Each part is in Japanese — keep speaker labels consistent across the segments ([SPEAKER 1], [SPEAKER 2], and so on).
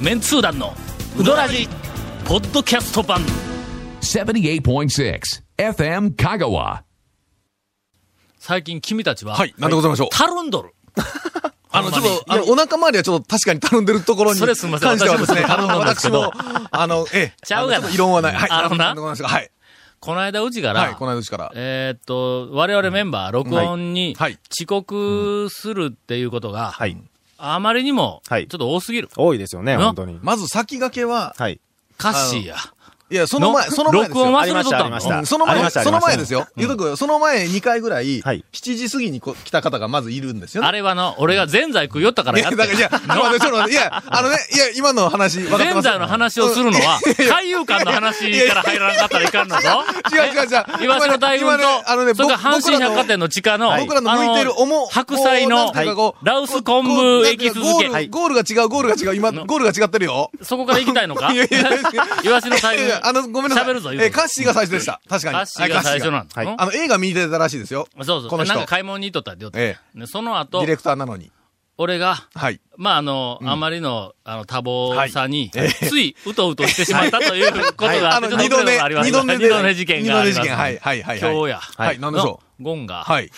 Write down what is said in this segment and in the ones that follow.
[SPEAKER 1] メンツー団のウドラジポッドキャスト版
[SPEAKER 2] 78.6 FM Kagawa.
[SPEAKER 1] 最近君たちは、
[SPEAKER 3] はい、なんでございましょう。
[SPEAKER 1] たるんどるあ
[SPEAKER 3] あ
[SPEAKER 1] の
[SPEAKER 3] の、
[SPEAKER 1] ち
[SPEAKER 3] ち
[SPEAKER 1] ょ
[SPEAKER 3] ょ
[SPEAKER 1] っ
[SPEAKER 3] っ
[SPEAKER 1] と
[SPEAKER 3] と、あの、お腹周りはちょっと確かに頼んでるところに。
[SPEAKER 1] それすみません
[SPEAKER 3] 関してはですね、
[SPEAKER 1] 私も
[SPEAKER 3] あの、
[SPEAKER 1] 私
[SPEAKER 3] 私
[SPEAKER 1] も
[SPEAKER 3] も、あの、ええ。
[SPEAKER 1] ちゃうがな
[SPEAKER 3] あのちょっと異論はない。はい。
[SPEAKER 1] あのな
[SPEAKER 3] なんでございましょうはい。
[SPEAKER 1] この間うちから、
[SPEAKER 3] はい、この間うちから。
[SPEAKER 1] えーっと、我々メンバー、録音に
[SPEAKER 3] はい
[SPEAKER 1] 遅刻するっていうことが、
[SPEAKER 4] はい。
[SPEAKER 1] あまりにも、ちょ
[SPEAKER 4] は
[SPEAKER 1] っ
[SPEAKER 4] い
[SPEAKER 1] と多すぎる。
[SPEAKER 4] 多いですよね、
[SPEAKER 1] な
[SPEAKER 4] 本当に。
[SPEAKER 3] まず先駆けは、
[SPEAKER 4] はい。
[SPEAKER 1] カッシーや。
[SPEAKER 3] いや、その前、
[SPEAKER 1] の
[SPEAKER 3] その前です
[SPEAKER 1] 録音
[SPEAKER 3] よ。
[SPEAKER 1] は
[SPEAKER 4] ありました、
[SPEAKER 1] 忘れとったの
[SPEAKER 4] ありまし
[SPEAKER 3] う
[SPEAKER 4] た。
[SPEAKER 3] んその前、その前です
[SPEAKER 4] よ。
[SPEAKER 3] よ。ゆうとくん、その前2回ぐらい、
[SPEAKER 4] はい
[SPEAKER 3] 7時過ぎにこ来た方がまずいるんですよね。
[SPEAKER 1] あれはの、俺がぜんざい食いよったから
[SPEAKER 3] い
[SPEAKER 1] や
[SPEAKER 3] や、
[SPEAKER 1] っ
[SPEAKER 3] だ
[SPEAKER 1] て。
[SPEAKER 3] から、いや、ちょっと待って、ちょっと待って、いや、あのね、いや、今の話、分かって
[SPEAKER 1] ぜん
[SPEAKER 3] ます
[SPEAKER 1] ざいの話をするのは、海遊館の話から入らなかったらいかんのぞ。
[SPEAKER 3] 違 う違う違う。
[SPEAKER 1] 岩城大群
[SPEAKER 3] 今
[SPEAKER 1] と
[SPEAKER 3] ね、あのね、、
[SPEAKER 1] それから阪神
[SPEAKER 3] 僕ら
[SPEAKER 1] 百
[SPEAKER 3] の
[SPEAKER 1] 貨店の地下の、
[SPEAKER 3] 僕らの向いてる
[SPEAKER 1] あの
[SPEAKER 3] 重
[SPEAKER 1] 白菜の、ラウス昆布エキス漬
[SPEAKER 3] ゴール、
[SPEAKER 1] け。
[SPEAKER 3] ゴールが違う、ゴールが違う、今、
[SPEAKER 1] の
[SPEAKER 3] ゴールが違ってるよ。
[SPEAKER 1] そこから行きたいのか
[SPEAKER 3] いやいやいやいや
[SPEAKER 1] 岩城大
[SPEAKER 3] い
[SPEAKER 1] 群
[SPEAKER 3] やいや、あの、ごめんなさい。
[SPEAKER 1] 喋るぞ、
[SPEAKER 3] え
[SPEAKER 1] 言う
[SPEAKER 3] ー、
[SPEAKER 1] ぞ。
[SPEAKER 3] カッシーが最初でした。確かに。
[SPEAKER 1] カッシーが最初なん
[SPEAKER 3] だ。
[SPEAKER 1] だ。の
[SPEAKER 3] あの、映画見に出てたらしいですよ。
[SPEAKER 1] そうそ
[SPEAKER 3] こ
[SPEAKER 1] う。な
[SPEAKER 3] の
[SPEAKER 1] ん
[SPEAKER 3] 人
[SPEAKER 1] か買い物に行っとったって言おうと
[SPEAKER 3] え
[SPEAKER 1] でその
[SPEAKER 3] え。デ
[SPEAKER 1] 後
[SPEAKER 3] ィ、レクターなのに。
[SPEAKER 1] 俺が、
[SPEAKER 3] はい。
[SPEAKER 1] まあ、あの、あまりの、あの、多忙さに、ついうとうとしてしまったということがあ
[SPEAKER 3] あ
[SPEAKER 1] って、
[SPEAKER 3] の、
[SPEAKER 1] ちょっと
[SPEAKER 3] 二度
[SPEAKER 1] 遅れ
[SPEAKER 3] 目
[SPEAKER 1] がありま、す
[SPEAKER 3] 二度目で
[SPEAKER 1] 二度目事件があり
[SPEAKER 3] 二
[SPEAKER 1] ま
[SPEAKER 3] 度
[SPEAKER 1] す
[SPEAKER 3] 目事件、はい、はい、はい。
[SPEAKER 1] 今日
[SPEAKER 3] や。
[SPEAKER 1] や。
[SPEAKER 3] はい、なんでしょ
[SPEAKER 1] のゴンが、
[SPEAKER 3] う。はい。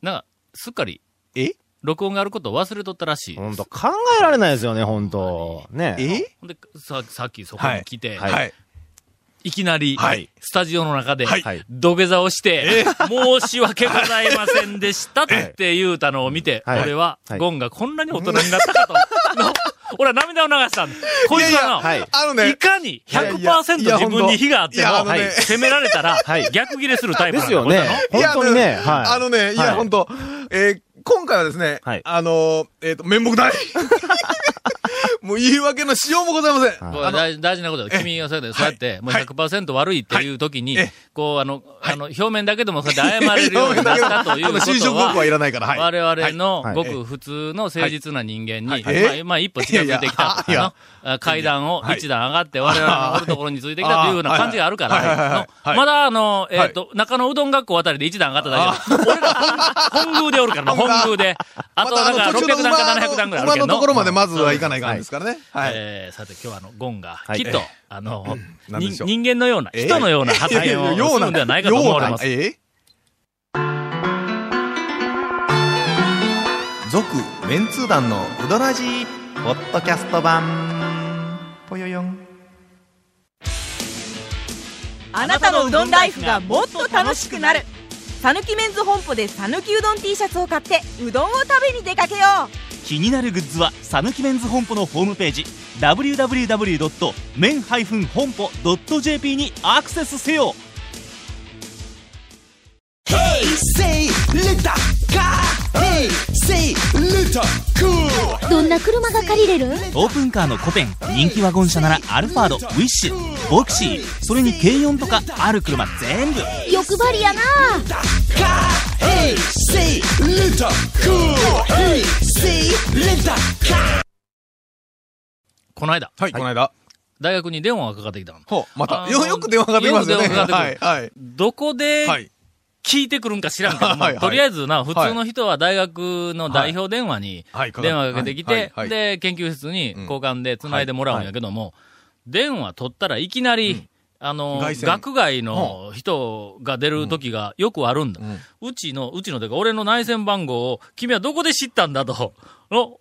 [SPEAKER 1] なんか、すっかり、
[SPEAKER 3] え
[SPEAKER 1] 録音があることを忘れとったらしい。
[SPEAKER 4] 本当考えられないですよね、本当ね。
[SPEAKER 3] え
[SPEAKER 1] ほんで、ささっきそこに来て、
[SPEAKER 4] はいい
[SPEAKER 3] はい。
[SPEAKER 1] きなり、
[SPEAKER 3] はい
[SPEAKER 1] スタジオの中で、
[SPEAKER 3] はい
[SPEAKER 4] はい
[SPEAKER 1] 土下座をして、申し訳ございませんでしたって言うたのを見て、
[SPEAKER 4] はい
[SPEAKER 1] 俺は、
[SPEAKER 4] はい
[SPEAKER 1] ゴンがこんなに大人になった かと、の俺は涙を流したんだ。こいつはな、
[SPEAKER 4] はいい。
[SPEAKER 3] あのね、
[SPEAKER 1] かに
[SPEAKER 3] いや
[SPEAKER 1] 100%
[SPEAKER 3] いや
[SPEAKER 1] 自分に火があって
[SPEAKER 3] いや
[SPEAKER 1] も、
[SPEAKER 3] あのね
[SPEAKER 1] はい責められたら
[SPEAKER 4] はい、
[SPEAKER 1] 逆切れするタイプ
[SPEAKER 4] で
[SPEAKER 1] なん
[SPEAKER 4] す
[SPEAKER 1] だ
[SPEAKER 4] よ
[SPEAKER 1] こいつ
[SPEAKER 4] ね本
[SPEAKER 1] はの。
[SPEAKER 4] 当に
[SPEAKER 3] い
[SPEAKER 4] ね、
[SPEAKER 3] や
[SPEAKER 4] はい。
[SPEAKER 3] あのね、い
[SPEAKER 4] は
[SPEAKER 3] や、本当えー今回はですね、
[SPEAKER 4] はい
[SPEAKER 3] あのー、えっと、面目 ない。もう言い訳のしようもございません。
[SPEAKER 1] こう大大事なことだ。君がそうやって、そうやって、もう100%悪いっていう時に
[SPEAKER 3] はいえ、
[SPEAKER 1] こう、あの、あの、表面だけでもそうやって謝れるようになったというこ
[SPEAKER 3] あの就職
[SPEAKER 1] と
[SPEAKER 3] 僕はい
[SPEAKER 1] は、
[SPEAKER 3] らないから、はい。
[SPEAKER 1] 我々の
[SPEAKER 4] はい
[SPEAKER 1] ごく普通の誠実な人間に、
[SPEAKER 3] はい
[SPEAKER 1] ま
[SPEAKER 3] え
[SPEAKER 1] あ、まあ一歩近づいてきたとか
[SPEAKER 3] いやいや
[SPEAKER 1] の、あ階段を
[SPEAKER 3] はい
[SPEAKER 1] 一段上がって我々のおるところについてきたというような感じがあるか
[SPEAKER 3] はいはいはいはい
[SPEAKER 1] ら
[SPEAKER 3] は、い
[SPEAKER 1] のまだあの、えっと、中野うどん学校あたりで一段上がっただけで、俺ら本本宮でおるからな、本宮で。あ
[SPEAKER 3] ま
[SPEAKER 1] と
[SPEAKER 3] た
[SPEAKER 1] な
[SPEAKER 3] あ
[SPEAKER 1] ん
[SPEAKER 3] の
[SPEAKER 1] か
[SPEAKER 3] 途中
[SPEAKER 1] 600
[SPEAKER 3] の
[SPEAKER 1] 段
[SPEAKER 3] 馬
[SPEAKER 1] か
[SPEAKER 3] の
[SPEAKER 1] 700段ぐらいある
[SPEAKER 3] 馬
[SPEAKER 1] けど
[SPEAKER 3] のところまでまずはいかないかんですからね。はい。
[SPEAKER 1] えーさて今日はあの、ゴンが、
[SPEAKER 4] はい
[SPEAKER 1] きっと、あの、
[SPEAKER 3] 何
[SPEAKER 1] に
[SPEAKER 3] でしょう
[SPEAKER 1] 人間のような、
[SPEAKER 3] え
[SPEAKER 1] 人のような 発言をするんではないかと思われます。
[SPEAKER 3] ようなえ続、メンツー団のうどらじ
[SPEAKER 4] ポッドキャスト版。ぽよよん。
[SPEAKER 5] あなたのうどんライフがもっと楽しくなるさぬきメンズ本舗でさぬきうどん T シャツを買ってうどんを食べに出かけよう
[SPEAKER 6] 気になるグッズはさぬきメンズ本舗のホームページ www.men-honpo.jp にアクセスせよ
[SPEAKER 7] Say Luta Car Hey Say Luta Cool
[SPEAKER 8] どんな車が借りれる
[SPEAKER 6] オープンカーのコペン人気ワゴン車ならアルファードウィッシュボクシーそれに軽4とかある車全部
[SPEAKER 8] 欲張りやな
[SPEAKER 7] Car Hey Say Luta Cool Hey Say Luta Car
[SPEAKER 1] この間、
[SPEAKER 3] はい、この間。
[SPEAKER 1] 大学に電話がかかってきたの。
[SPEAKER 3] ほう、ま
[SPEAKER 1] あ
[SPEAKER 3] た。
[SPEAKER 1] の
[SPEAKER 3] よ、 よく電話が出ますよね。
[SPEAKER 1] よく電話がかかってくる
[SPEAKER 3] はい、はい。
[SPEAKER 1] どこで
[SPEAKER 3] はい。
[SPEAKER 1] 聞いてくるんか知らんけど、ま
[SPEAKER 3] は
[SPEAKER 1] あ
[SPEAKER 3] いはい
[SPEAKER 1] とりあえずな、普通の人は大学の代表電話に
[SPEAKER 3] はいはいかかっ
[SPEAKER 1] 電話かけてきて
[SPEAKER 3] は、いはい
[SPEAKER 1] で、研究室に交換で繋いでもらうんやけども、電話取ったらいきなり、あの、
[SPEAKER 3] 外線
[SPEAKER 1] 学外の人が出る時がよくあるんだ。うちの、うちのというか、俺の内線番号を、君はどこで知ったんだと、 の、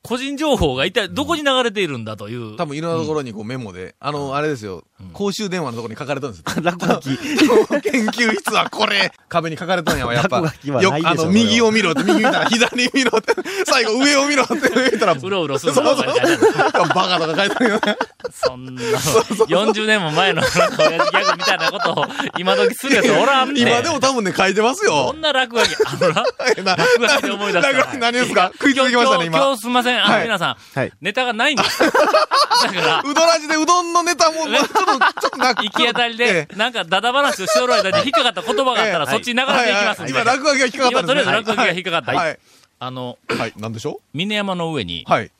[SPEAKER 1] 個人情報が一体どこに流れているんだという。
[SPEAKER 3] 多分いろんなところにこうメモで、あの、あれですよ、公衆電話のところに書かれたんですよ。
[SPEAKER 4] 落書き。
[SPEAKER 3] 研究室はこれ壁に書かれたんやわ、やっぱ。
[SPEAKER 4] 落書きはないでしょ
[SPEAKER 3] よあの、
[SPEAKER 4] それは
[SPEAKER 3] 右を見ろって、右見たら左見ろって、 最後上を見ろって見たら、
[SPEAKER 1] うろうろする
[SPEAKER 3] そう
[SPEAKER 1] な
[SPEAKER 3] そう
[SPEAKER 1] とか言って
[SPEAKER 3] バカとか書いてあるよね。
[SPEAKER 1] そんな、40年も前の なんか親父ギャグみたいなことを今時するやつおらんねん
[SPEAKER 3] 今でも多分ね、書いてます
[SPEAKER 1] そ
[SPEAKER 3] よ。
[SPEAKER 1] んな落書き、あ のな、落書きで思い出した。
[SPEAKER 3] 落書き何ですか食いついてきました
[SPEAKER 1] 今
[SPEAKER 3] ね
[SPEAKER 1] 日
[SPEAKER 3] 今
[SPEAKER 1] 今日すみません、あ
[SPEAKER 3] は
[SPEAKER 1] の
[SPEAKER 3] い
[SPEAKER 1] 皆さん、
[SPEAKER 4] はい
[SPEAKER 1] ネタがないん です。だから、
[SPEAKER 3] うどらじでうどんのネタも、ちょっと、ちょっとなく
[SPEAKER 1] 行き当たりで、なんかダダ話をしておる間に引っかかった言葉があったら、そっちに流れていきますんで。
[SPEAKER 3] はいはい今、落書きが引っか
[SPEAKER 1] 今
[SPEAKER 3] かったん
[SPEAKER 1] とりあえ
[SPEAKER 3] です
[SPEAKER 1] ず
[SPEAKER 3] ね
[SPEAKER 1] 落書きが引っかかった。
[SPEAKER 3] はい。
[SPEAKER 1] あの、
[SPEAKER 3] はい。なんでしょ
[SPEAKER 1] 峰山の上に
[SPEAKER 3] う、はい。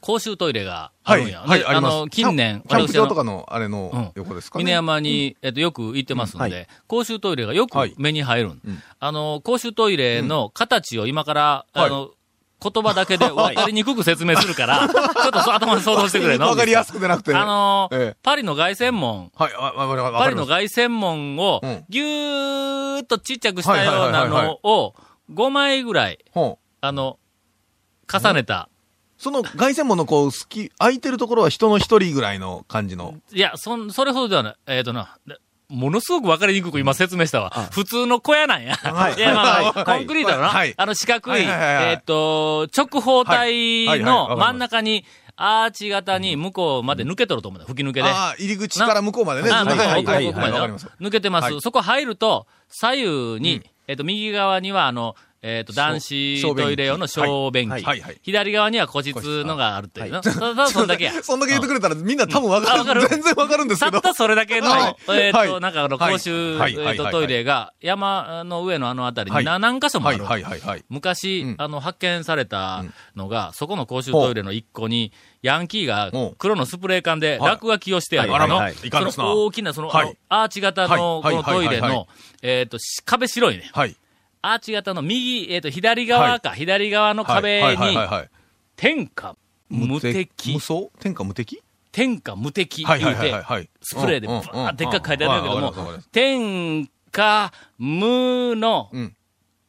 [SPEAKER 1] 公衆トイレがあるんや。
[SPEAKER 3] はいはい
[SPEAKER 1] で
[SPEAKER 3] あります
[SPEAKER 1] の、近年、
[SPEAKER 3] キャンプ
[SPEAKER 1] あ
[SPEAKER 3] 場
[SPEAKER 1] の
[SPEAKER 3] とかの、あれの
[SPEAKER 1] う
[SPEAKER 3] 横ですかね。
[SPEAKER 1] 峰山に、えっと、よく行ってますの
[SPEAKER 4] うん
[SPEAKER 1] で、公衆トイレがよく
[SPEAKER 3] はい
[SPEAKER 1] 目に入るん。あの、公衆トイレの形を今から、
[SPEAKER 3] はい
[SPEAKER 1] あの、言葉だ けで分かりにくく説明するから、ちょっとそう頭で想像してくれの。
[SPEAKER 3] わかりやすくてなくて。
[SPEAKER 1] あのー
[SPEAKER 3] ええ
[SPEAKER 1] パリの凱旋門、
[SPEAKER 3] はい、わ、わ、わ、わ
[SPEAKER 1] パ
[SPEAKER 3] か
[SPEAKER 1] リ
[SPEAKER 3] り
[SPEAKER 1] の
[SPEAKER 3] ます。
[SPEAKER 1] 凱旋門を
[SPEAKER 3] うん、
[SPEAKER 1] ぎゅーっとちっちゃくしたような
[SPEAKER 3] はいはいはいは
[SPEAKER 1] の
[SPEAKER 3] い
[SPEAKER 1] を、5枚ぐらい、
[SPEAKER 3] ほう
[SPEAKER 1] あの、重ねた。
[SPEAKER 3] その外線門のこう、好き、空いてるところは人の一人ぐらいの感じの。
[SPEAKER 1] いや、そん、それほどではない。えっ、とな、でものすごく分かりにくく今説明したわ。普通の小屋なんや。
[SPEAKER 3] はい
[SPEAKER 1] や、まあまあ、
[SPEAKER 3] はい
[SPEAKER 1] コンクリートのな、
[SPEAKER 3] はい
[SPEAKER 1] あの四角い、
[SPEAKER 3] はいはいはいはい
[SPEAKER 1] えっ、と、直方体
[SPEAKER 3] は
[SPEAKER 1] の
[SPEAKER 3] いはいはいわかります
[SPEAKER 1] 真ん中に、アーチ型に向こうまで抜けとると思うんだ。吹き抜けで。
[SPEAKER 3] ああ、入り口から向こうまでね。
[SPEAKER 1] あ向こう
[SPEAKER 3] はいは
[SPEAKER 1] 向
[SPEAKER 3] い
[SPEAKER 1] こう
[SPEAKER 3] はい
[SPEAKER 1] 向こう
[SPEAKER 3] わ
[SPEAKER 1] ま
[SPEAKER 3] か
[SPEAKER 1] で
[SPEAKER 3] り
[SPEAKER 1] な
[SPEAKER 3] ます。
[SPEAKER 1] 抜けてます。
[SPEAKER 3] はい
[SPEAKER 1] そこ入ると、左右に、
[SPEAKER 3] うん
[SPEAKER 1] えっと、右側には、あの、えっと、男子
[SPEAKER 3] 小便器
[SPEAKER 1] トイレ用の小便器。
[SPEAKER 3] はいはいはい
[SPEAKER 1] 左側には個室のがあるというな。ただ、ただそんだけ や。
[SPEAKER 3] そんだけ言ってくれたらみんな多分わか
[SPEAKER 1] うんあわかる
[SPEAKER 3] る。全然わかるんです
[SPEAKER 1] た
[SPEAKER 3] け
[SPEAKER 1] っ
[SPEAKER 3] ど。
[SPEAKER 1] たそれだけの、
[SPEAKER 3] はい
[SPEAKER 1] えっ、と、
[SPEAKER 3] はい
[SPEAKER 1] なんかあの、
[SPEAKER 3] はい
[SPEAKER 1] 公衆、
[SPEAKER 3] はいは
[SPEAKER 1] え
[SPEAKER 3] い
[SPEAKER 1] っ、と、
[SPEAKER 3] はい
[SPEAKER 1] トイレが山の上のあのあたりに
[SPEAKER 3] はい
[SPEAKER 1] な何箇所もあ
[SPEAKER 3] はい
[SPEAKER 1] る。
[SPEAKER 3] はいはいはい。
[SPEAKER 1] 昔、
[SPEAKER 3] うん
[SPEAKER 1] あの、発見されたのが、そこの公衆トイレの一個に、ヤンキーが
[SPEAKER 3] ほう
[SPEAKER 1] 黒のスプレー缶で
[SPEAKER 3] はい
[SPEAKER 1] 落書きをしてある
[SPEAKER 3] はいあら
[SPEAKER 1] の
[SPEAKER 3] まいかんです
[SPEAKER 1] そ
[SPEAKER 3] な
[SPEAKER 1] の大きな、その、
[SPEAKER 3] はい
[SPEAKER 1] あのアーチ型の、こ
[SPEAKER 3] はい
[SPEAKER 1] の
[SPEAKER 3] はいはい
[SPEAKER 1] トイレ
[SPEAKER 3] はいはい
[SPEAKER 1] の、えっと、し壁白いね。
[SPEAKER 3] はい。
[SPEAKER 1] アーチ型の右、えっ、と、左側か、左側の壁に、
[SPEAKER 3] はいはいはいはい。
[SPEAKER 1] 天下無敵
[SPEAKER 3] 無、双天下無敵
[SPEAKER 1] 天下無敵言
[SPEAKER 3] は
[SPEAKER 1] う
[SPEAKER 3] い
[SPEAKER 1] て、
[SPEAKER 3] はいはいはいはい。
[SPEAKER 1] スプレーで
[SPEAKER 3] うん
[SPEAKER 1] バ
[SPEAKER 3] うん
[SPEAKER 1] ーってでっかく書いてあるんだけ
[SPEAKER 3] うんうんわ
[SPEAKER 1] ど
[SPEAKER 3] かり
[SPEAKER 1] も
[SPEAKER 3] ますわかります、
[SPEAKER 1] 天下無の
[SPEAKER 3] うん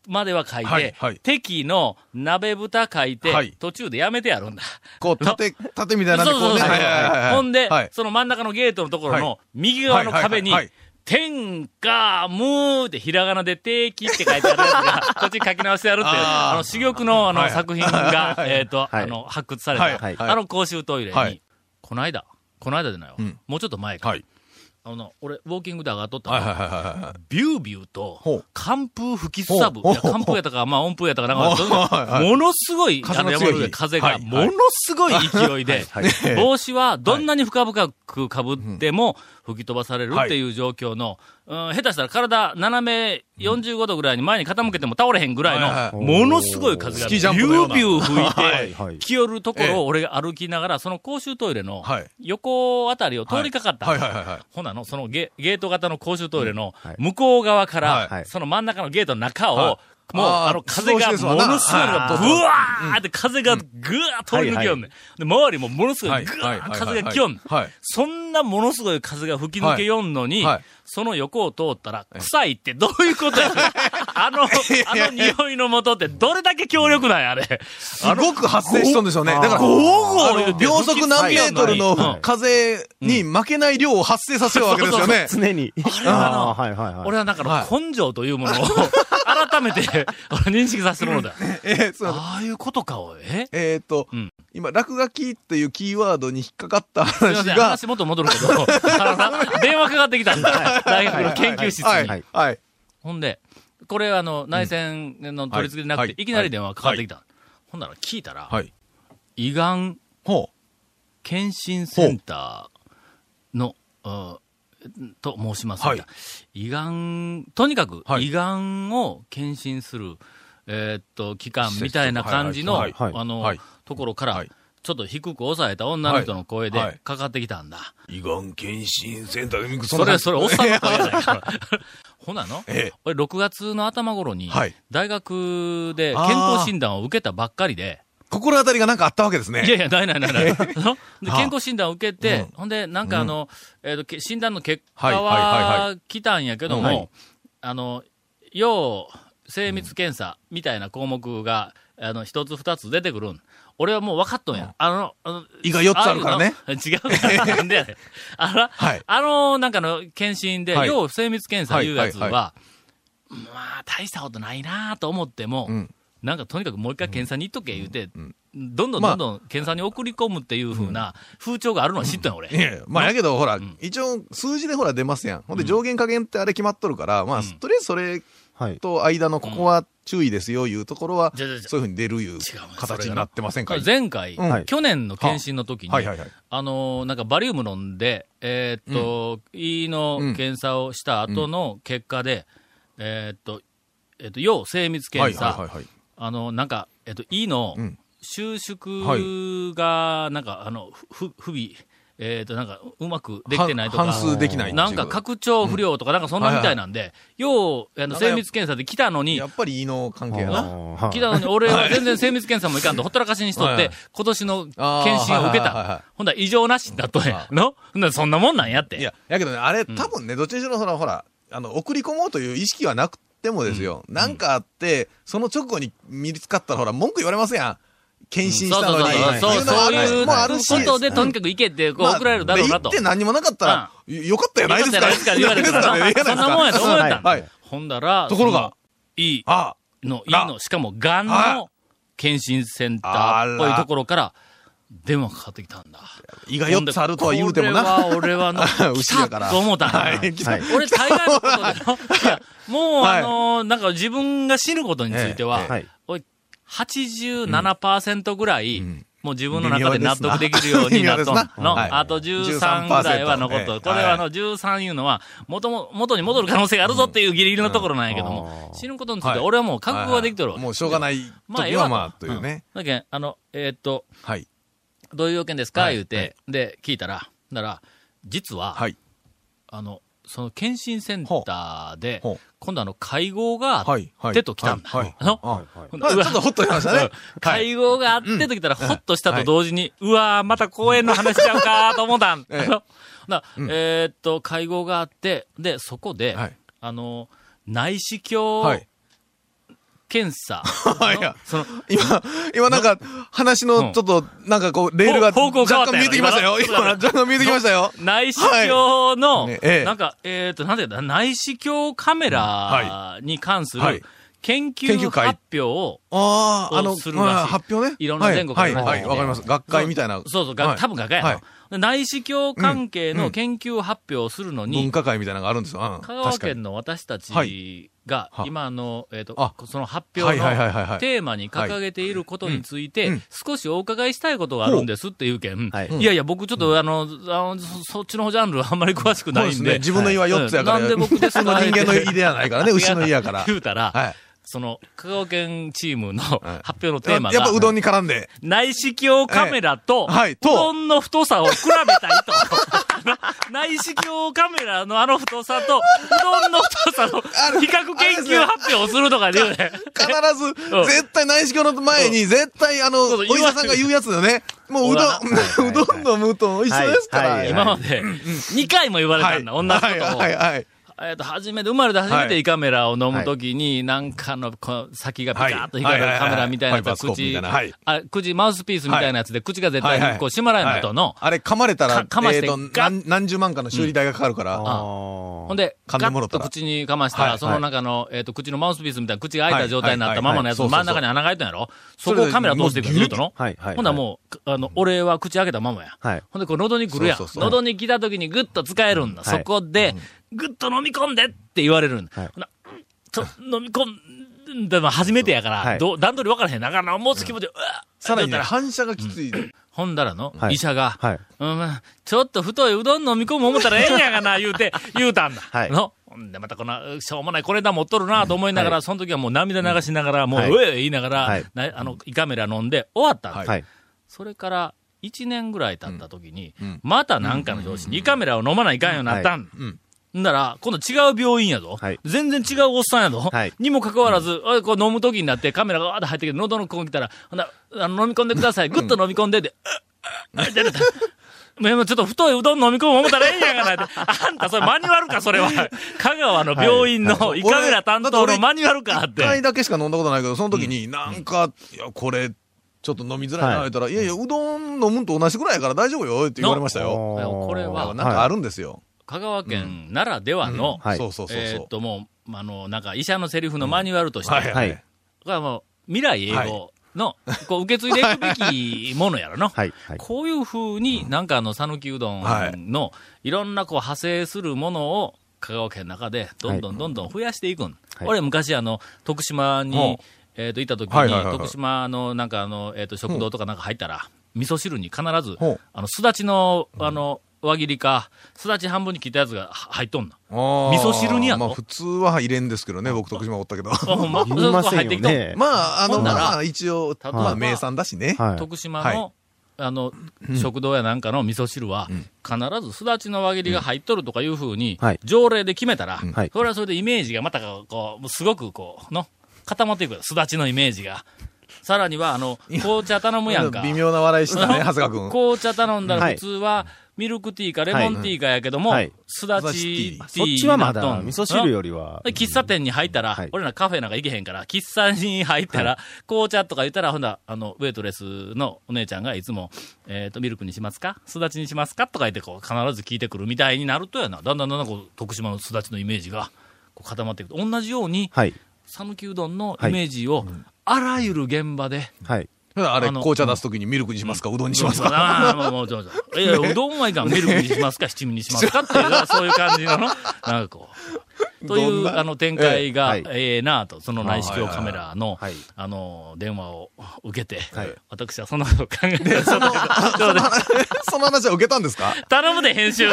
[SPEAKER 1] までは書い
[SPEAKER 3] はい
[SPEAKER 1] て
[SPEAKER 3] はい、
[SPEAKER 1] 敵の鍋蓋書い
[SPEAKER 3] は
[SPEAKER 1] て
[SPEAKER 3] い、
[SPEAKER 1] 途中でやめてやるんだ。
[SPEAKER 3] こう、縦、縦みたい
[SPEAKER 1] そ
[SPEAKER 3] な
[SPEAKER 1] うんそ
[SPEAKER 3] でこ
[SPEAKER 1] うそう
[SPEAKER 3] うね。
[SPEAKER 1] そう
[SPEAKER 3] はいはいはいはい
[SPEAKER 1] ほんで
[SPEAKER 3] はい、
[SPEAKER 1] その真ん中のゲートのところ
[SPEAKER 3] は
[SPEAKER 1] の右側の壁に
[SPEAKER 3] はいはいはい、
[SPEAKER 1] 天下無ってひらがなで敵って書いてあるやつ が、途中書き直してやるっていう、
[SPEAKER 3] あー
[SPEAKER 1] あの、珠玉のあ
[SPEAKER 3] は
[SPEAKER 1] の
[SPEAKER 3] い
[SPEAKER 1] 作品が、えっと、
[SPEAKER 9] はい
[SPEAKER 1] あの、発掘され
[SPEAKER 3] はい
[SPEAKER 1] た、
[SPEAKER 3] はい
[SPEAKER 1] あの公衆トイレ
[SPEAKER 3] は
[SPEAKER 1] に
[SPEAKER 3] い、
[SPEAKER 1] この間、この間じゃないわ
[SPEAKER 3] うん。
[SPEAKER 1] もうちょっと前か。
[SPEAKER 3] はい。
[SPEAKER 1] あの、俺、ウォーキングで上がっとったの
[SPEAKER 3] はいはいはいはいはい。
[SPEAKER 1] ビュービュー
[SPEAKER 3] ほ
[SPEAKER 1] と
[SPEAKER 3] う、
[SPEAKER 1] 寒風吹きすさぶ。い
[SPEAKER 3] ほう
[SPEAKER 1] や寒風やったか、まあ音風やったかなんか、
[SPEAKER 3] ほ
[SPEAKER 1] そうういうの
[SPEAKER 3] はいはい
[SPEAKER 1] ものすごい、
[SPEAKER 3] 風
[SPEAKER 1] あの
[SPEAKER 3] の強い
[SPEAKER 1] 山の上風
[SPEAKER 3] は
[SPEAKER 1] が、
[SPEAKER 3] い
[SPEAKER 1] ものすごい勢いで、帽子はどんなに深々くかぶっても吹き飛ばされるっていう状況の、うん下手したら体斜め45度ぐらいに前に傾けても倒れへんぐら
[SPEAKER 3] はいい
[SPEAKER 1] の、
[SPEAKER 9] はい
[SPEAKER 1] ものすごい風が、
[SPEAKER 3] ス
[SPEAKER 1] ビ
[SPEAKER 3] キー
[SPEAKER 1] ュ
[SPEAKER 3] ジャンプのよう
[SPEAKER 1] ー
[SPEAKER 3] な
[SPEAKER 1] ビュー
[SPEAKER 3] は
[SPEAKER 1] 吹い
[SPEAKER 3] い
[SPEAKER 1] て、
[SPEAKER 9] はい。
[SPEAKER 1] 来よるところ
[SPEAKER 3] ええ
[SPEAKER 1] を俺が歩きながら、その公衆トイレの
[SPEAKER 3] はい
[SPEAKER 1] 横あたりを通りかかった。
[SPEAKER 3] はいはいはいはい。
[SPEAKER 1] ほなの、そのゲゲート型の公衆トイレの
[SPEAKER 9] はい
[SPEAKER 1] 向こう側か
[SPEAKER 9] は
[SPEAKER 1] ら、
[SPEAKER 9] い
[SPEAKER 1] その真ん中のゲートの中
[SPEAKER 3] は
[SPEAKER 1] を、もう、
[SPEAKER 3] あー
[SPEAKER 1] あの、風が、
[SPEAKER 3] 自動車
[SPEAKER 1] もの
[SPEAKER 3] です
[SPEAKER 1] す
[SPEAKER 3] わ
[SPEAKER 1] ごい
[SPEAKER 3] な
[SPEAKER 1] のが、
[SPEAKER 3] はい
[SPEAKER 1] ぶわーって風がぐわー通り抜けよんねん。で、周りもものすご
[SPEAKER 3] はいい
[SPEAKER 1] ぐ
[SPEAKER 3] はい
[SPEAKER 1] わ
[SPEAKER 3] はい
[SPEAKER 1] ー
[SPEAKER 3] はい
[SPEAKER 1] 風が来よんねん
[SPEAKER 3] はい。
[SPEAKER 1] そんなものすごい風が吹き抜けよんのに
[SPEAKER 3] はいはい、
[SPEAKER 1] その横を通ったら、臭いってどういうことやねん あの、あの匂いの元ってどれだけ強力なんや、あれ。
[SPEAKER 3] すごく発生しとんでしょうね。だから、
[SPEAKER 1] ゴー
[SPEAKER 3] あの秒速何メートル
[SPEAKER 1] は
[SPEAKER 3] の
[SPEAKER 1] い
[SPEAKER 3] 風に負けない量を発生させるわけですよね。
[SPEAKER 9] 常に。ああ、はいはいはい。
[SPEAKER 1] 俺はなんか
[SPEAKER 3] は
[SPEAKER 1] の根性というものを、改めて、俺認識させるもの だ。
[SPEAKER 3] えー、すいません
[SPEAKER 1] ああいうことか、おい。え
[SPEAKER 3] えーっと
[SPEAKER 1] うん、
[SPEAKER 3] 今、落書きっていうキーワードに引っかかった
[SPEAKER 1] すいま
[SPEAKER 3] 話
[SPEAKER 1] せん、
[SPEAKER 3] が、
[SPEAKER 1] 話もっと戻る けど、あのな電話かかってきたんだ。大学の研究室
[SPEAKER 3] は
[SPEAKER 1] に。
[SPEAKER 3] い、はい。
[SPEAKER 1] ほんで、これ、あの、内戦の取り付けでなく
[SPEAKER 3] はい
[SPEAKER 1] て、
[SPEAKER 3] はい
[SPEAKER 1] いきなり電話かかってきた。ほんなら聞いたら、
[SPEAKER 3] はい。
[SPEAKER 1] 胃がん
[SPEAKER 3] ほ
[SPEAKER 1] 検診センターの、あと申しますが、
[SPEAKER 3] はい
[SPEAKER 1] 胃がん、とにかく
[SPEAKER 3] はい
[SPEAKER 1] 胃がんを検診する、えーっと、機関みたいな感じの、
[SPEAKER 3] はい
[SPEAKER 9] はいはい
[SPEAKER 1] あの、
[SPEAKER 3] はい
[SPEAKER 1] ところから、
[SPEAKER 3] はい
[SPEAKER 1] ちょっと低く抑えた女の人の声
[SPEAKER 3] はいは
[SPEAKER 1] で
[SPEAKER 3] い
[SPEAKER 1] かかってきたんだ。
[SPEAKER 3] う。胃がん検診センターで、
[SPEAKER 1] それ、それ、おっさんの
[SPEAKER 3] え
[SPEAKER 1] 声じゃない から。ほなの、
[SPEAKER 3] ええ
[SPEAKER 1] 俺、6月の頭頃に
[SPEAKER 3] はい、
[SPEAKER 1] 大学で健康診断を受けたばっかりで、
[SPEAKER 3] 心当たりがなんかあったわけですね。
[SPEAKER 1] いやいや、ないないない ない。ので
[SPEAKER 3] あ
[SPEAKER 1] 健康診断を受けて、
[SPEAKER 3] う
[SPEAKER 1] ほんで、なんかあの、えっ、とけ、診断の結果
[SPEAKER 3] はいはいはい
[SPEAKER 1] は来たんやけども、
[SPEAKER 3] うんは
[SPEAKER 1] あの、要精密検査みたいな項目が、あの、一つ二つ出てくるん。俺はもう分かっとんや。あの、あの
[SPEAKER 3] 胃が四つあるからね。
[SPEAKER 1] ああいうの 違うから、なんでやねんあの、
[SPEAKER 3] はい
[SPEAKER 1] あの、なんかの、検診で、
[SPEAKER 3] はい
[SPEAKER 1] 要精密検査いうやつは、
[SPEAKER 3] はいはい
[SPEAKER 1] まあ、大したことないなと思っても、
[SPEAKER 3] うん
[SPEAKER 1] なんかとにかくもう一回検査に行っとけ言うて、
[SPEAKER 3] ん
[SPEAKER 1] どんどん
[SPEAKER 3] ま
[SPEAKER 1] どん
[SPEAKER 3] あ
[SPEAKER 1] どん検査に送り込むっていう風な風潮があるのは知ったんよ、俺。
[SPEAKER 3] いやいやまあ、やけど、ほら
[SPEAKER 1] ん、
[SPEAKER 3] 一応、数字でほら出ますやん。ほんで、上限加減ってあれ決まっとるから、まあ、とりあえずそれ
[SPEAKER 9] はい。
[SPEAKER 3] と間のここは注意ですよ、いうところは、
[SPEAKER 1] じ
[SPEAKER 3] そ
[SPEAKER 1] ゃじゃ
[SPEAKER 3] ういう
[SPEAKER 1] じゃ
[SPEAKER 3] ふうに出るいう
[SPEAKER 1] 違うわ
[SPEAKER 3] 形になってませんか
[SPEAKER 1] 前回、
[SPEAKER 3] うん
[SPEAKER 9] はい
[SPEAKER 1] 去年の検診の時に、
[SPEAKER 3] はいはいはい。
[SPEAKER 1] あのーなんかバリウム飲んで、えーっと、胃の検査をした後の結果で、えーっと、えーっと、要精密検査、
[SPEAKER 3] はいはいはいはい。
[SPEAKER 1] あの、なんか、えっと、胃の
[SPEAKER 3] うん
[SPEAKER 1] 収縮が、なんか、あの、ふ、不備、えっ、と、なんか、うまくできてないとか。
[SPEAKER 3] 半数できないっていう
[SPEAKER 1] なんか拡張不良とか、なんかそんなみたいなんで、よう、あの、
[SPEAKER 3] なんかや
[SPEAKER 1] 精密検査で来たのに
[SPEAKER 3] や、っぱり胃の関係や
[SPEAKER 1] あ
[SPEAKER 3] な。
[SPEAKER 9] あ
[SPEAKER 1] 来たのに、俺は全然精密検査もいかんと、ほったらかしにしとっ
[SPEAKER 3] はい
[SPEAKER 1] て
[SPEAKER 3] はい、
[SPEAKER 1] 今年の検診を受け
[SPEAKER 3] あーはいはいはいはい
[SPEAKER 1] た。ほんだら異常なしになっとんや
[SPEAKER 3] あ。
[SPEAKER 1] のほんだらそんなもんなんやって。
[SPEAKER 3] いや、やけどね、あれ、多分ね、どっちにしろ、その、ほら、あの、送り込もうという意識はなくてもですよ、なんかあって、その直後に見つかったら、ほら、文句言われますやん。検診したのに。
[SPEAKER 1] そうそうそう、
[SPEAKER 3] のも
[SPEAKER 1] そ
[SPEAKER 3] あ
[SPEAKER 1] う
[SPEAKER 3] る
[SPEAKER 1] いう
[SPEAKER 3] もあるし
[SPEAKER 1] ことで、とにかく行けって、こう、
[SPEAKER 3] まあ
[SPEAKER 1] 送られるだろうなと。
[SPEAKER 3] で行って何もなかったら、よかったやないです
[SPEAKER 1] いいことじ
[SPEAKER 3] か。
[SPEAKER 1] ゃないです から言われて
[SPEAKER 3] い
[SPEAKER 1] たら
[SPEAKER 3] いことじゃないです
[SPEAKER 1] な。そんなもんやと思えたんだ
[SPEAKER 3] はいはい
[SPEAKER 1] ほんだら、
[SPEAKER 3] ところが
[SPEAKER 1] その、いい
[SPEAKER 3] あ
[SPEAKER 1] の、いい
[SPEAKER 3] ら
[SPEAKER 1] の、しかも、がん
[SPEAKER 3] はい
[SPEAKER 1] の検診センターっぽいところから、電話かかってきたんだ。
[SPEAKER 3] 胃が4つあるとは言うても
[SPEAKER 1] これ
[SPEAKER 3] な。
[SPEAKER 1] は俺はの、
[SPEAKER 3] 牛や
[SPEAKER 1] 来
[SPEAKER 3] か
[SPEAKER 1] た
[SPEAKER 3] ら
[SPEAKER 1] と思ったんだ。
[SPEAKER 3] はい
[SPEAKER 9] はい
[SPEAKER 1] 俺、大概のこと での、いや、もう、
[SPEAKER 3] はい
[SPEAKER 1] あのーなんか自分が死ぬことについては、
[SPEAKER 3] ええ
[SPEAKER 9] はい。
[SPEAKER 1] おい87%ぐらい、
[SPEAKER 3] ん
[SPEAKER 1] もう自分の中で納得できるようになっとん
[SPEAKER 3] 微妙ですな
[SPEAKER 1] の、
[SPEAKER 3] はい
[SPEAKER 1] あと13ぐらいは残っと
[SPEAKER 3] ええ
[SPEAKER 1] る。これはあの13いうのは、元も、元に戻る可能性があるぞっていうギリギリのところなんやけど
[SPEAKER 9] うん
[SPEAKER 1] も
[SPEAKER 9] あ、ー
[SPEAKER 1] 死ぬことについて俺はもう覚悟ができとるわけ。
[SPEAKER 3] もうしょうがない
[SPEAKER 1] まあ、え
[SPEAKER 3] 時
[SPEAKER 1] えわ
[SPEAKER 3] は
[SPEAKER 1] と。
[SPEAKER 3] まあ、というね。
[SPEAKER 1] うんだけんあの、えーっと、
[SPEAKER 3] はい。
[SPEAKER 1] どういう要件ですか、
[SPEAKER 3] はい
[SPEAKER 1] 言うて、で、聞いたら、なら、実は、
[SPEAKER 3] はい。
[SPEAKER 1] あの、その検診センターで
[SPEAKER 3] ほうほう、
[SPEAKER 1] 今度あの、会合があ
[SPEAKER 3] は
[SPEAKER 1] っ
[SPEAKER 3] い。はい。
[SPEAKER 1] てと来たんだ。
[SPEAKER 3] はい。
[SPEAKER 1] あの
[SPEAKER 9] はいはい
[SPEAKER 1] ほん
[SPEAKER 3] ま
[SPEAKER 1] で
[SPEAKER 3] あ
[SPEAKER 1] うわ
[SPEAKER 3] ちょっとほっとしましたね。はい。
[SPEAKER 1] 会合があってときたら、ほっとしたと同時に、うわー、また公園の話しちゃうかーと思ったん。
[SPEAKER 3] ええ
[SPEAKER 1] あのなえーっと、会合があって、で、そこで
[SPEAKER 3] はい、
[SPEAKER 1] あの、内視鏡
[SPEAKER 3] はい。
[SPEAKER 1] 検査
[SPEAKER 3] いや
[SPEAKER 1] の、その、
[SPEAKER 3] 今、今なんか、話
[SPEAKER 1] う
[SPEAKER 3] の
[SPEAKER 1] ん
[SPEAKER 3] ちょっと、なんかこう、レールが
[SPEAKER 1] 方向変わっ
[SPEAKER 3] 若
[SPEAKER 1] たや
[SPEAKER 3] 干
[SPEAKER 1] ろ
[SPEAKER 3] 見えてきましたよ。
[SPEAKER 1] 今
[SPEAKER 3] 今、若干見えてきましたよ。
[SPEAKER 1] 内視鏡の、
[SPEAKER 3] ねええ
[SPEAKER 1] なんか、えーっと、なんていうかな内視鏡カメラに関す
[SPEAKER 3] はい
[SPEAKER 1] る研究
[SPEAKER 3] 研究
[SPEAKER 1] 発
[SPEAKER 3] 会
[SPEAKER 1] 表を、
[SPEAKER 3] ああ、あ
[SPEAKER 1] そ
[SPEAKER 3] の、
[SPEAKER 1] うするらしい
[SPEAKER 3] まあ発表ね。
[SPEAKER 1] いろんな全国
[SPEAKER 3] はい、
[SPEAKER 1] の
[SPEAKER 3] はい、はい
[SPEAKER 1] ね
[SPEAKER 3] わかります。学会みたいな。
[SPEAKER 1] そうそう、が
[SPEAKER 3] はい
[SPEAKER 1] 多分画家や
[SPEAKER 3] はい
[SPEAKER 1] な、で内視鏡関係の研究発表をするのに、
[SPEAKER 3] 文化会みたいなのがあるんですよ。うん
[SPEAKER 1] 香川
[SPEAKER 3] 確かに
[SPEAKER 1] 県の私たち
[SPEAKER 3] は
[SPEAKER 1] が
[SPEAKER 3] は、
[SPEAKER 1] 今あの、えっ、
[SPEAKER 3] あ
[SPEAKER 1] と、その発
[SPEAKER 3] は
[SPEAKER 1] 表
[SPEAKER 3] い
[SPEAKER 1] の
[SPEAKER 3] はいはいはいはい
[SPEAKER 1] テーマに掲げていることについ
[SPEAKER 3] うんう
[SPEAKER 1] て
[SPEAKER 3] ん、
[SPEAKER 1] 少しお伺いしたいことがあるんですっていうけん、
[SPEAKER 9] はい
[SPEAKER 1] いやいや、僕ちょっとあの、あのそそっちのジャンルはあんまり詳しく
[SPEAKER 3] そ
[SPEAKER 1] な
[SPEAKER 3] うで
[SPEAKER 1] いん
[SPEAKER 3] す
[SPEAKER 1] で。
[SPEAKER 3] ね。自分の胃は4つやから。
[SPEAKER 1] うんなんで僕です
[SPEAKER 3] 普通の
[SPEAKER 1] か
[SPEAKER 3] 人間の胃ではないからね。牛の胃やから。
[SPEAKER 1] 言うたら、
[SPEAKER 3] はい。
[SPEAKER 1] その、香川県チームの発表のテ
[SPEAKER 3] や
[SPEAKER 1] ー
[SPEAKER 3] っ
[SPEAKER 1] マ
[SPEAKER 3] ぱ
[SPEAKER 1] が、
[SPEAKER 3] やっぱうどんに絡んで。
[SPEAKER 1] 内視鏡カメラと、
[SPEAKER 3] ええはいうと
[SPEAKER 1] どんの太さを比べたいと。 内視鏡カメラのあの太さと、うどんの太さの比較研究発表をするとかで言うね。
[SPEAKER 3] 必ず、絶対内視鏡の前に、絶対あの、
[SPEAKER 1] そう
[SPEAKER 3] お医者さんが言うやつだよね。もううどん、
[SPEAKER 9] う
[SPEAKER 3] う ど
[SPEAKER 9] だな
[SPEAKER 3] んの無糖一緒ですか
[SPEAKER 9] は
[SPEAKER 3] ら。
[SPEAKER 9] い
[SPEAKER 1] 今まで2回も言われたんだ、同じことを。
[SPEAKER 3] はいはいはい。
[SPEAKER 1] えっと、初めて、生まれて初めて胃カメラを飲むときに、なんかの、こう先がピカッと光るカメラみたいなやつは
[SPEAKER 3] はいはいはいはい
[SPEAKER 1] 口、
[SPEAKER 3] はい
[SPEAKER 1] あ、口、マウスピースみたいなやつで、口が絶対にこう閉まらんのとの、
[SPEAKER 3] あれ噛まれたら、
[SPEAKER 1] か噛まして
[SPEAKER 3] えーと
[SPEAKER 1] ガ
[SPEAKER 3] 何何十万かの修理代がかかるから。
[SPEAKER 1] あほんで、
[SPEAKER 3] 噛
[SPEAKER 1] ガ
[SPEAKER 3] んでもろ
[SPEAKER 1] ッ
[SPEAKER 3] た
[SPEAKER 1] と
[SPEAKER 3] ら
[SPEAKER 1] 口にかました
[SPEAKER 3] は
[SPEAKER 1] ら、
[SPEAKER 3] い
[SPEAKER 1] その中の、えっと、口のマウスピースみたいな口が開いた状態になったままのやつ、
[SPEAKER 3] はいはい
[SPEAKER 1] 真
[SPEAKER 3] はい
[SPEAKER 1] ん中に穴が開いたんやろ
[SPEAKER 3] そ
[SPEAKER 1] そう
[SPEAKER 3] そう
[SPEAKER 1] こ
[SPEAKER 3] そう
[SPEAKER 1] をカメラ通して
[SPEAKER 3] そ
[SPEAKER 1] ぐ
[SPEAKER 3] れで
[SPEAKER 1] るっとの
[SPEAKER 9] はいはい
[SPEAKER 1] ほんならもう、あの、俺は口開けたままや。
[SPEAKER 9] はい
[SPEAKER 1] ほんで、こう、喉に来るやん
[SPEAKER 3] そうそう。そう
[SPEAKER 1] 喉に来た時にグッと使えるんだ。
[SPEAKER 9] はい
[SPEAKER 1] そこで、グッと飲み込んでって言われるんだ。ほ
[SPEAKER 9] はい
[SPEAKER 1] んならちょ、飲み込んで、まあ初めてやか
[SPEAKER 9] は
[SPEAKER 1] ら、
[SPEAKER 9] い
[SPEAKER 1] どう段取り分からへん。だから、もうつ気持ち、うわ
[SPEAKER 3] さらにね、
[SPEAKER 1] だった
[SPEAKER 3] 反射がき つい。
[SPEAKER 1] ほんだらの
[SPEAKER 9] は、い
[SPEAKER 1] 医者が、
[SPEAKER 9] はい
[SPEAKER 1] うん、ちょっと太いうどん飲み込む思ったらええんやがな、言うて、言うたんだ。
[SPEAKER 9] はい
[SPEAKER 1] の。ほんで、またこの、しょうもない、これだ持っとるなと思いながら、
[SPEAKER 9] は
[SPEAKER 1] その時はもう涙流しながら、もう、
[SPEAKER 9] はいう
[SPEAKER 1] え言いながら、
[SPEAKER 9] はい
[SPEAKER 1] なあの、胃カメラ飲んで終わったんだ、
[SPEAKER 9] はい。
[SPEAKER 1] それから、1年ぐらい経った時に、
[SPEAKER 3] ん
[SPEAKER 1] またなんかの拍子に胃カメラを飲まないかんようになったんだ。
[SPEAKER 3] うん
[SPEAKER 1] んなら、今度違う病院やぞ。
[SPEAKER 9] はい
[SPEAKER 1] 全然違うおっさんやぞ。
[SPEAKER 9] はい
[SPEAKER 1] にもかかわらず、おいこう飲む時になってカメラがわーって入ってきて、喉のこう来たら、ほなあの飲み込んでください。ぐっと飲み込んで、で、うっうっうっ出てた。もうちょっと太いうどん飲み込む思ったらええんやがなって。あんた、それマニュアルか、それは。香川の病院の胃カメラ担当のマニュアルかっ
[SPEAKER 3] 一回
[SPEAKER 1] て。
[SPEAKER 3] だけしか飲んだことないけど、その時に、なんか、いや、これ、ちょっと飲みづらいな、
[SPEAKER 9] は
[SPEAKER 3] 言
[SPEAKER 9] いう
[SPEAKER 3] たら、いやいや、うどん飲むんと同じぐらいやから大丈夫よ、って言われましたよ。
[SPEAKER 1] いやこれは
[SPEAKER 3] なんかあ
[SPEAKER 9] る。
[SPEAKER 3] るんですよ。
[SPEAKER 1] 香川県ならではの、
[SPEAKER 9] はい
[SPEAKER 3] そうそうそう
[SPEAKER 1] えー
[SPEAKER 3] そ
[SPEAKER 1] っと、もう、あの、なんか医者のセリフのマニュアルとし
[SPEAKER 3] う。
[SPEAKER 1] て、
[SPEAKER 9] はい。
[SPEAKER 1] これはもう、未来英語の、こう、受け継いでいくべきものやろの。
[SPEAKER 9] はい。はい。
[SPEAKER 1] こういうふうに、なんかあの、讃岐うどんの、いろんなこう、派生するものを、香川県の中で、どんどんどんどん増やしていくん。
[SPEAKER 9] はい
[SPEAKER 1] 俺、昔、あの、徳島に
[SPEAKER 3] ほ、
[SPEAKER 1] えっ、と、行った時に、
[SPEAKER 3] はいはいはいはい
[SPEAKER 1] 徳島の、なんかあの、えっ、と、食堂とかなんか入ったら、味噌汁に必ず
[SPEAKER 3] ほう、
[SPEAKER 1] あの、すだちの、あの、輪切りか、すだち半分に切ったやつが入っとんの。
[SPEAKER 3] 味
[SPEAKER 1] 噌汁にやんの
[SPEAKER 3] まあ、普通は入れんですけどね、僕徳島おった けど。
[SPEAKER 1] あほんま
[SPEAKER 9] 言いません
[SPEAKER 1] 入って
[SPEAKER 9] よ
[SPEAKER 1] きとん
[SPEAKER 9] ね。
[SPEAKER 3] まあ、あ
[SPEAKER 1] ほ
[SPEAKER 3] の、
[SPEAKER 1] んなら
[SPEAKER 3] まあ、一応、
[SPEAKER 1] 例えば
[SPEAKER 3] まあ、名産だしね。
[SPEAKER 9] はい。
[SPEAKER 1] 徳島
[SPEAKER 3] は
[SPEAKER 1] の
[SPEAKER 3] い
[SPEAKER 1] あの、食堂やなんかの味噌汁は、必ずすだちの輪切りが入っとるとかいうふうに
[SPEAKER 9] はい、
[SPEAKER 1] 条例で決めたら、
[SPEAKER 9] はい
[SPEAKER 1] それはそれでイメージがまたこう、すごくこう、の、固まっていくよすだちのイメージが。さらには、あの、紅茶頼むやんか。
[SPEAKER 3] 微妙な笑いし たね、
[SPEAKER 1] うん
[SPEAKER 3] 長谷川君。
[SPEAKER 1] 紅茶頼んだら
[SPEAKER 9] はい
[SPEAKER 1] 普通は、ミルクティーかレモンティーかやけども
[SPEAKER 9] はい、
[SPEAKER 1] すだちティー。
[SPEAKER 9] そっちはまだ、味噌汁よりは。
[SPEAKER 1] で喫茶店に入ったら、
[SPEAKER 9] はい
[SPEAKER 1] 俺らカフェなんか行けへんから、喫茶に入ったら、紅茶とか言ったら、ほんだあの、ウェイトレスのお姉ちゃんがいつも、えっ、と、ミルクにしますかすだちにしますかとか言って、こう、必ず聞いてくるみたいになるとやな。だんだんだんだん、こう、徳島のすだちのイメージが、こう、固まっていくと。同じように、
[SPEAKER 9] はい。
[SPEAKER 1] 讃岐うどんのイメージを、あらゆる現場で、
[SPEAKER 9] はい。
[SPEAKER 3] あれ、
[SPEAKER 1] あの
[SPEAKER 3] 紅茶出すときにミルクにしますか、うどんにしますか。
[SPEAKER 1] ああ、もう、もう、もう、もういや、うどんはいかん。ミルクにしますか、七味にしますかっていう、そういう感じの、なんかこう。と
[SPEAKER 3] ど
[SPEAKER 1] い
[SPEAKER 3] ん
[SPEAKER 1] う、
[SPEAKER 3] な
[SPEAKER 1] あの、展開が、
[SPEAKER 9] え
[SPEAKER 1] え
[SPEAKER 9] えは
[SPEAKER 1] えなあと、その内視鏡カメラの、
[SPEAKER 9] はい
[SPEAKER 1] あの、電話を受けて、
[SPEAKER 9] はい
[SPEAKER 1] 私はそのことを考えて、ちょっとちょっと待って
[SPEAKER 3] その話は受けたんですか
[SPEAKER 1] 頼むで、編集。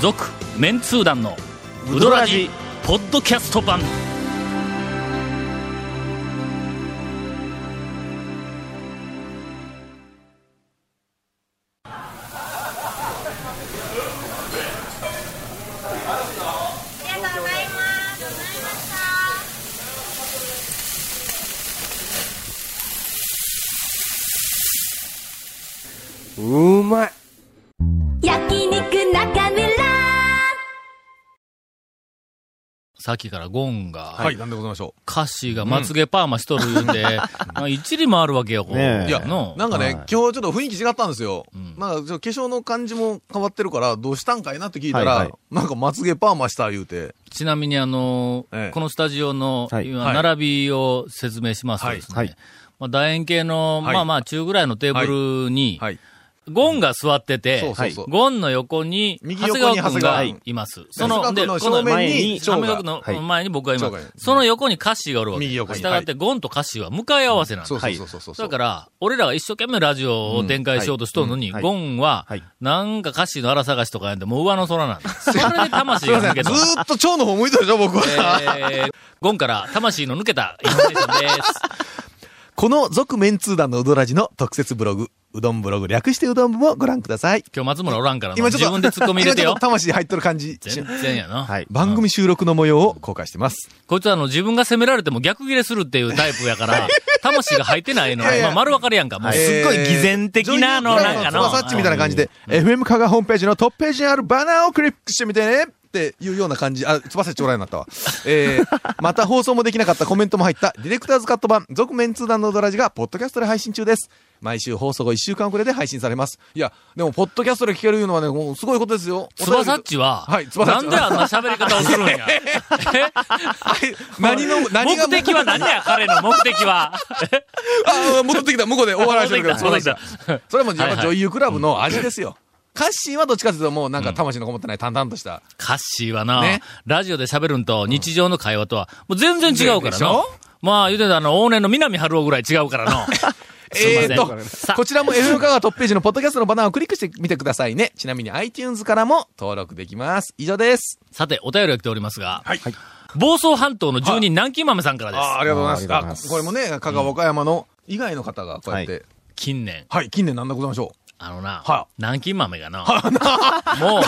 [SPEAKER 1] 続、メンツー団の、ウドラジ、ポッドキャスト版。
[SPEAKER 9] うまい。
[SPEAKER 8] 焼肉中村
[SPEAKER 1] さっきからゴンが、
[SPEAKER 3] はい、なんでございましょ
[SPEAKER 1] 歌詞がまつげパーマしとる言う て、まあ一理もあるわけよ、こう。
[SPEAKER 9] ねえ
[SPEAKER 3] う。いや、
[SPEAKER 1] の
[SPEAKER 3] なんかね、今日ちょっと雰囲気違ったんですよ。
[SPEAKER 1] ん
[SPEAKER 3] なんか、ちょっと化粧の感じも変わってるから、どうしたんかいなって聞いたら、
[SPEAKER 9] はいはい
[SPEAKER 3] なんか、まつげパーマした言うて。
[SPEAKER 1] ちなみにあの、
[SPEAKER 3] ええ
[SPEAKER 1] このスタジオの、
[SPEAKER 9] はい
[SPEAKER 1] 今
[SPEAKER 3] はい
[SPEAKER 1] 並びを説明しますとですね、
[SPEAKER 9] はい
[SPEAKER 1] まあ、楕円形の、
[SPEAKER 3] はい
[SPEAKER 1] まあまあ中ぐらいのテーブルに、
[SPEAKER 3] はい。
[SPEAKER 1] ゴンが座ってて、
[SPEAKER 3] そうそうそう
[SPEAKER 1] ゴンの横に、
[SPEAKER 3] 右
[SPEAKER 1] 長谷
[SPEAKER 3] 横に
[SPEAKER 1] 川君
[SPEAKER 3] 長
[SPEAKER 1] が
[SPEAKER 3] 谷川
[SPEAKER 1] います。
[SPEAKER 3] その、
[SPEAKER 1] で、
[SPEAKER 3] の正面に、
[SPEAKER 1] この長谷
[SPEAKER 3] 蝶が
[SPEAKER 1] 川
[SPEAKER 9] は
[SPEAKER 1] 君
[SPEAKER 9] い
[SPEAKER 1] の前に僕がいます。
[SPEAKER 3] 蝶がいる
[SPEAKER 1] その横に歌詞がおるわけ。
[SPEAKER 3] 右横に
[SPEAKER 1] 従って、ゴンと歌詞は向かい合わせなんです
[SPEAKER 3] そうそうそうそうそうそう。
[SPEAKER 1] だから、俺らが一生懸命ラジオを展開しようとしとるのに、
[SPEAKER 9] うんはい
[SPEAKER 1] ゴンは
[SPEAKER 9] はい、
[SPEAKER 1] なんか歌詞の荒探しとかやんで、もう上の空 なんだ。それで魂が 抜け
[SPEAKER 3] ず
[SPEAKER 1] た。
[SPEAKER 3] ーっと蝶の方向いてるでしょ、僕は。
[SPEAKER 1] えー、ゴンから魂の抜けたインフォメーションです。
[SPEAKER 3] この、続メンツー団のうどらじの特設ブログ、うどんブログ、略してうどん部もご覧ください。
[SPEAKER 1] 今日松村おらんからな、
[SPEAKER 3] 今ちょ
[SPEAKER 1] 自
[SPEAKER 3] っと、
[SPEAKER 1] 分で突っ込み入れて
[SPEAKER 3] 今ちょ
[SPEAKER 1] よ
[SPEAKER 3] っと。魂入っとる感じ。
[SPEAKER 1] 全然やな。
[SPEAKER 9] はい。
[SPEAKER 3] 番組収録の模様を公開してます。
[SPEAKER 1] こいつはあの、自分が責められても逆切れするっていうタイプや から、魂が入ってないの。
[SPEAKER 3] いやいや
[SPEAKER 1] まあ、丸分かりやんか、もう。
[SPEAKER 9] はいすっごい偽善的な
[SPEAKER 1] のなんかの
[SPEAKER 3] サッチみたいな感じで、FM 加賀ホームページのトップページにあるバナーをクリックしてみてねっていうような感じ。あ、翼ちょうらいになったわ。えー、また放送もできなかったコメントも入った、ディレクターズカット版、続面通談のドラジが、ポッドキャストで配信中です。毎週放送後1週間遅れで配信されます。いや、でも、ポッドキャストで聞けるいうのはね、もうすごいことですよ。
[SPEAKER 1] つばさっちは、
[SPEAKER 3] はいつばさっ
[SPEAKER 1] な
[SPEAKER 3] ち
[SPEAKER 1] ん
[SPEAKER 3] は
[SPEAKER 1] であんな喋り方をするん や。
[SPEAKER 3] 何の、何が
[SPEAKER 1] 目的は何や、彼の目的 は。
[SPEAKER 3] あ戻ってきた、向こうでお笑いしてる から。
[SPEAKER 1] 戻ってきた
[SPEAKER 3] そうだそれもやっ
[SPEAKER 1] はい
[SPEAKER 3] ぱ
[SPEAKER 1] はい
[SPEAKER 3] 女優クラブの味ですよ。カッシーはどっちかというともうなんか魂のこもってない淡々とした。
[SPEAKER 1] カッシーはな、
[SPEAKER 3] ね
[SPEAKER 1] ラジオで喋るんと日常の会話とは、もう全然違うから
[SPEAKER 3] でし
[SPEAKER 1] な
[SPEAKER 3] ょ。
[SPEAKER 1] まあ、言うてたあの、往年の南春夫ぐらい違うから の。すいま
[SPEAKER 3] え
[SPEAKER 1] せん
[SPEAKER 3] ーと
[SPEAKER 1] さ、
[SPEAKER 3] こちらも FM カガトップページのポッドキャストのバナーをクリックしてみてくださいね。ちなみに iTunes からも登録できます。以上です。
[SPEAKER 1] さて、お便りが来ておりますが、
[SPEAKER 3] はい
[SPEAKER 1] 房総半島の住人、南京豆さんからです。
[SPEAKER 3] ありがとうご
[SPEAKER 9] ざいますあありがとうございます
[SPEAKER 3] これもね、香川岡山の以外の方がこうやっ
[SPEAKER 9] は
[SPEAKER 3] て、
[SPEAKER 1] 近年、
[SPEAKER 3] はい、近年なんだございましょ
[SPEAKER 1] あのな、
[SPEAKER 3] は
[SPEAKER 1] 南京豆がな、もう、
[SPEAKER 3] う。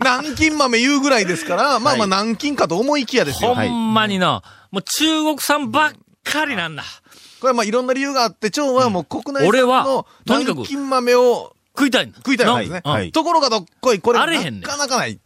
[SPEAKER 3] 南京豆言うぐらいですから、まあまあ南京かと思いきやですよ。
[SPEAKER 1] ほんまにな、もう中国産ばっかりなんだ。
[SPEAKER 3] これはまあいろんな理由があって、蝶はもう国内
[SPEAKER 1] 俺
[SPEAKER 3] 産
[SPEAKER 1] は
[SPEAKER 3] の
[SPEAKER 1] とにかく
[SPEAKER 3] 南京豆を
[SPEAKER 1] 食いたいんだ。
[SPEAKER 3] 食いたいわけですね。
[SPEAKER 1] なうん
[SPEAKER 9] はい
[SPEAKER 3] ところがどっこい、これ、
[SPEAKER 1] あれへんねん
[SPEAKER 3] なかなかない。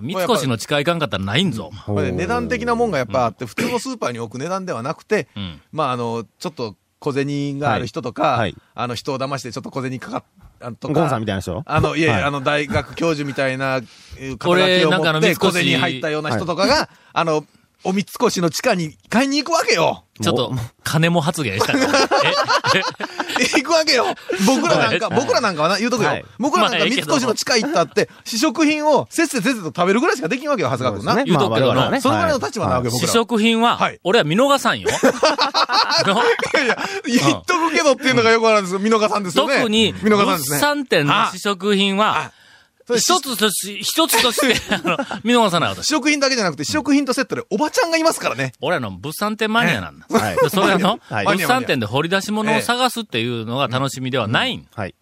[SPEAKER 1] 三越の近いかんかったらないんぞ。
[SPEAKER 3] これ値段的なもんがやっぱあって、普通のスーパーに置く値段ではなくて、
[SPEAKER 1] うん
[SPEAKER 3] まあ、あの、ちょっと小銭がある人とか、
[SPEAKER 9] はいはい
[SPEAKER 3] あの、人を騙してちょっと小銭かかっ、あのと
[SPEAKER 9] ゴ
[SPEAKER 3] か。
[SPEAKER 9] ンさんみたいな人
[SPEAKER 3] あの、いえいえ、
[SPEAKER 9] はい
[SPEAKER 3] あの、大学教授みたいな、えー肩書
[SPEAKER 1] 俺
[SPEAKER 3] きを
[SPEAKER 1] なんかあ
[SPEAKER 3] 持
[SPEAKER 1] の
[SPEAKER 3] って、
[SPEAKER 1] 三
[SPEAKER 3] 小
[SPEAKER 1] 越
[SPEAKER 3] 銭入ったような人とかが、あの、お三越の地下に買いに行くわけよ
[SPEAKER 1] ちょっと、金も発言したから。 え
[SPEAKER 3] 行くわけよ僕らなんか、僕らなんかはな、言うとくよ、
[SPEAKER 9] はい
[SPEAKER 3] 僕らなん
[SPEAKER 1] まあ
[SPEAKER 3] か
[SPEAKER 1] ええ
[SPEAKER 3] 三
[SPEAKER 1] けど
[SPEAKER 3] 越の地下行ったって、試食品をせっせせっせと食べるぐらいしかできんわけよ、長谷川君な。
[SPEAKER 1] 言うとくけどな
[SPEAKER 3] それぐらいの立場なわけ、僕
[SPEAKER 1] 試
[SPEAKER 3] ら。
[SPEAKER 1] 食品は、
[SPEAKER 3] はい
[SPEAKER 1] 俺は見逃さん よ。の
[SPEAKER 3] いやいや、言っとくけどっていうのがよくあるんですよ。見逃さんですよね。
[SPEAKER 1] 特に、
[SPEAKER 3] 見逃さん
[SPEAKER 1] 物
[SPEAKER 3] ですね。
[SPEAKER 1] 産店の試食品は
[SPEAKER 3] あ、それ
[SPEAKER 1] 一つとし、一つと して、あの、見逃さない私。
[SPEAKER 3] 試食品だけじゃなくて、試食品とセットでおばちゃんがいますからね。
[SPEAKER 1] 俺はあの、物産展マニアなんだ。
[SPEAKER 9] はい
[SPEAKER 1] でそれはの、
[SPEAKER 9] はい
[SPEAKER 1] 物産展で掘り出し物を探すっていうのが楽しみではないん。
[SPEAKER 9] はい。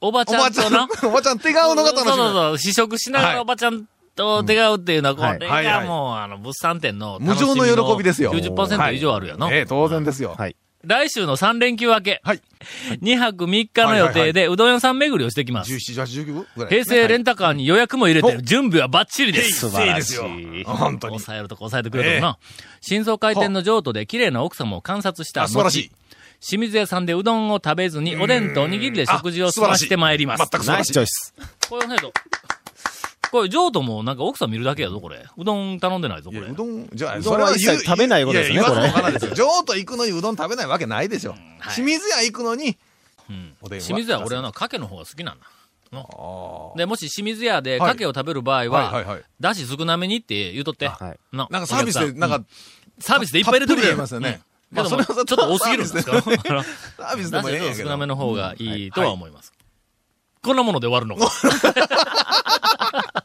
[SPEAKER 1] おば
[SPEAKER 3] お
[SPEAKER 1] ちゃ
[SPEAKER 3] ば
[SPEAKER 1] ん
[SPEAKER 3] ちゃ
[SPEAKER 1] と
[SPEAKER 3] んの
[SPEAKER 1] な。、
[SPEAKER 3] おばちゃん手顔の方の
[SPEAKER 1] そうそう
[SPEAKER 3] 趣味。
[SPEAKER 1] そう、試食しなが
[SPEAKER 3] はい
[SPEAKER 1] らおばちゃんと出会うっていうのは、
[SPEAKER 9] はい
[SPEAKER 1] これ
[SPEAKER 3] はいは
[SPEAKER 1] が
[SPEAKER 3] い
[SPEAKER 1] もう、あの、物産展の
[SPEAKER 3] 無上の喜びですよ
[SPEAKER 1] 90%以上あるよな。
[SPEAKER 3] ええ、当然ですよ。
[SPEAKER 9] はい。
[SPEAKER 1] 来週の3連休明け、
[SPEAKER 3] はい。
[SPEAKER 1] 2泊3日の予定でうどん屋さん巡りをしてきます。
[SPEAKER 3] 17、18、19ぐらい。
[SPEAKER 1] 平成レンタカーに予約も入れて、
[SPEAKER 3] お
[SPEAKER 1] 準備はバッチリです。
[SPEAKER 9] 素晴らしい。
[SPEAKER 3] 本当に。
[SPEAKER 1] 抑えるとこ抑えてくれてるな。新装開店の譲渡で綺麗な奥様を観察した
[SPEAKER 3] あ
[SPEAKER 1] 後。
[SPEAKER 3] 素晴らしい。
[SPEAKER 1] 清水屋さんでうどんを食べずに、おでんとおにぎりで食事を
[SPEAKER 3] あ
[SPEAKER 1] 済ましてまいります。
[SPEAKER 3] 全く素晴
[SPEAKER 9] ナ
[SPEAKER 3] ら
[SPEAKER 9] イ
[SPEAKER 3] し
[SPEAKER 9] ス
[SPEAKER 3] い
[SPEAKER 9] チ。ョイス。
[SPEAKER 1] これね、これ譲渡もなんか奥さん見るだけやぞ、これ。うどん頼んでないぞ、こ
[SPEAKER 3] い
[SPEAKER 1] れ
[SPEAKER 3] や。うどん、じゃあ、
[SPEAKER 9] うどんは
[SPEAKER 3] それは
[SPEAKER 9] 一
[SPEAKER 3] 言う
[SPEAKER 9] 切食べないことですね
[SPEAKER 3] やや
[SPEAKER 9] これ
[SPEAKER 3] 今の話ですよ上都行くのにうどん食べないわけないでしょ。
[SPEAKER 1] はい
[SPEAKER 3] 清水屋行くのに、
[SPEAKER 1] ん
[SPEAKER 3] おでんは
[SPEAKER 1] 清水屋は俺はな、かけの方が好きなんだ。
[SPEAKER 3] あー
[SPEAKER 1] で、もし清水屋で
[SPEAKER 3] はい
[SPEAKER 1] かけを食べる場合
[SPEAKER 3] はいはいは、
[SPEAKER 1] はいだし少なめにって言うとって。
[SPEAKER 9] はい
[SPEAKER 1] な
[SPEAKER 3] なんかサービス
[SPEAKER 1] お
[SPEAKER 3] で、
[SPEAKER 1] 客さ
[SPEAKER 3] なん
[SPEAKER 1] う
[SPEAKER 3] か、
[SPEAKER 1] サービスでいっぱい入れとる
[SPEAKER 3] た
[SPEAKER 1] や
[SPEAKER 3] っぷりありますよね。
[SPEAKER 1] うんけども
[SPEAKER 3] まあそれは
[SPEAKER 1] ちょっと多すぎるんです
[SPEAKER 3] サ
[SPEAKER 1] か
[SPEAKER 3] ービスでねサービスで
[SPEAKER 1] だ
[SPEAKER 3] もええんや
[SPEAKER 1] し
[SPEAKER 3] け
[SPEAKER 1] 少
[SPEAKER 3] ど。
[SPEAKER 1] なめの方がいいとは思います。こんなもので終わるのか。